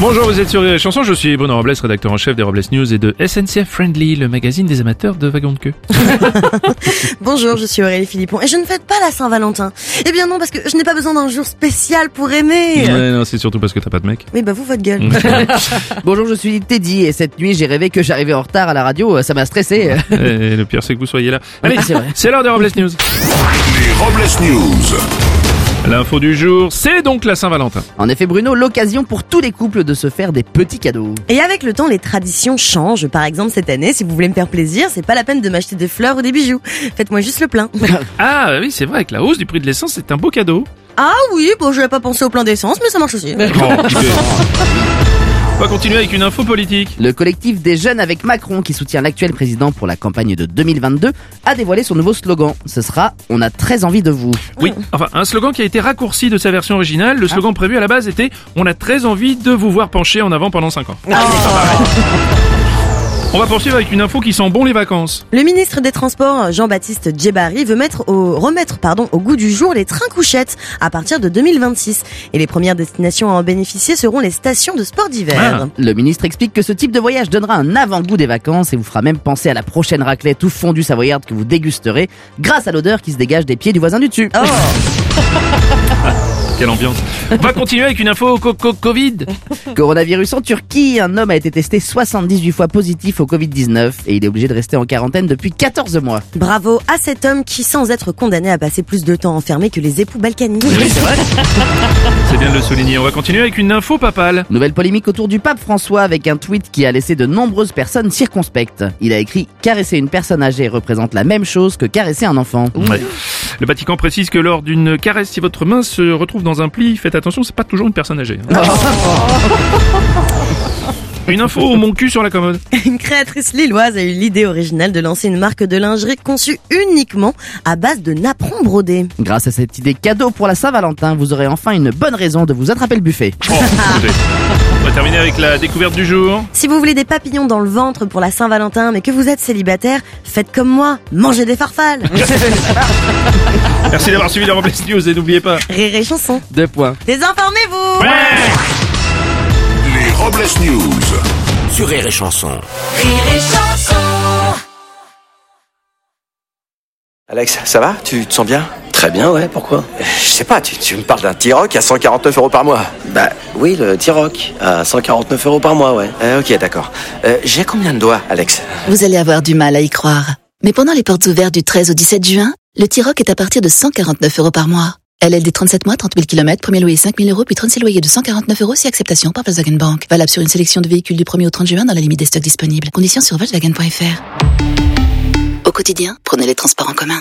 Bonjour, vous êtes sur les chansons, je suis Bruno Robles, rédacteur en chef des Robles News et de SNCF Friendly, le magazine des amateurs de wagons de queue. Bonjour, je suis Aurélie Philippon et je ne fête pas la Saint-Valentin. Eh bien non, parce que je n'ai pas besoin d'un jour spécial pour aimer. euh, Ouais, non, c'est surtout parce que t'as pas de mec. Oui, bah vous, votre gueule. Bonjour, je suis Teddy et cette nuit j'ai rêvé que j'arrivais en retard à la radio, ça m'a stressé. Et le pire, c'est que vous soyez là. Allez, Ah c'est vrai. c'est l'heure des Robles News. Les Robles News. L'info du jour, c'est donc la Saint-Valentin. En effet, Bruno, l'occasion pour tous les couples de se faire des petits cadeaux. Et avec le temps, les traditions changent. Par exemple, cette année, si vous voulez me faire plaisir, c'est pas la peine de m'acheter des fleurs ou des bijoux. Faites-moi juste le plein. Ah oui, c'est vrai que la hausse du prix de l'essence, c'est un beau cadeau. ah oui, bon, j'avais pas pensé au plein d'essence, mais ça marche aussi. Oh, putain. On va continuer avec une info politique. Le collectif des jeunes avec Macron, qui soutient l'actuel président pour la campagne de 2022, a dévoilé son nouveau slogan. Ce sera On a très envie de vous. Oui, enfin, un slogan qui a été raccourci de sa version originale. Le slogan prévu à la base était On a très envie de vous voir pencher en avant pendant 5 ans. On va poursuivre avec une info qui sent bon les vacances. Le ministre des Transports, Jean-Baptiste Djebari, veut mettre au, remettre pardon, au goût du jour les trains couchettes à partir de 2026. Et les premières destinations à en bénéficier seront les stations de sport d'hiver. Ah. Le ministre explique que ce type de voyage donnera un avant-goût des vacances et vous fera même penser à la prochaine raclette tout fondue savoyarde que vous dégusterez grâce à l'odeur qui se dégage des pieds du voisin du dessus. Quelle ambiance. On va continuer avec une info co- co- Covid. Coronavirus en Turquie, un homme a été testé 78 fois positif au Covid-19 et il est obligé de rester en quarantaine depuis 14 mois. Bravo à cet homme qui, sans être condamné à passer plus de temps enfermé que les époux balkaniques. C'est bien de le souligner. On va continuer avec une info papale. Nouvelle polémique autour du pape François avec un tweet qui a laissé de nombreuses personnes circonspectes. Il a écrit Caresser une personne âgée représente la même chose que caresser un enfant. Le Vatican précise que lors d'une caresse, si votre main se retrouve dans un pli, faites attention, c'est pas toujours une personne âgée. hein. Une info, mon cul sur la commode. Une créatrice lilloise a eu l'idée originale de lancer une marque de lingerie conçue uniquement à base de napperons brodés. Grâce à cette idée cadeau pour la Saint-Valentin, vous aurez enfin une bonne raison de vous attraper le buffet. Oh, écoutez. On va terminer avec la découverte du jour. Si vous voulez des papillons dans le ventre pour la Saint-Valentin mais que vous êtes célibataire, faites comme moi, mangez des farfales. Merci d'avoir suivi les Robles News et n'oubliez pas. Rire et chanson. Deux points. Désinformez-vous Les Robles News. Sur Rire et Chanson. Alex, ça va Tu te sens bien Très bien, ouais, pourquoi Euh, Je sais pas, tu, tu me parles d'un T-Rock à 149 euros par mois. Bah oui, le T-Rock, à 149 euros par mois, ouais. Euh, ok, d'accord. Euh, J'ai combien de doigts, Alex Vous allez avoir du mal à y croire. Mais pendant les portes ouvertes du 13 au 17 juin, le T-Rock est à partir de 149 euros par mois. LLD 37 mois, 30 000 km, premier loyer 5 000 euros, puis 36 loyers de 149 euros si acceptation par Volkswagen Bank. Valable sur une sélection de véhicules du 1er au 30 juin dans la limite des stocks disponibles. Conditions sur Volkswagen.fr. Au quotidien, prenez les transports en commun.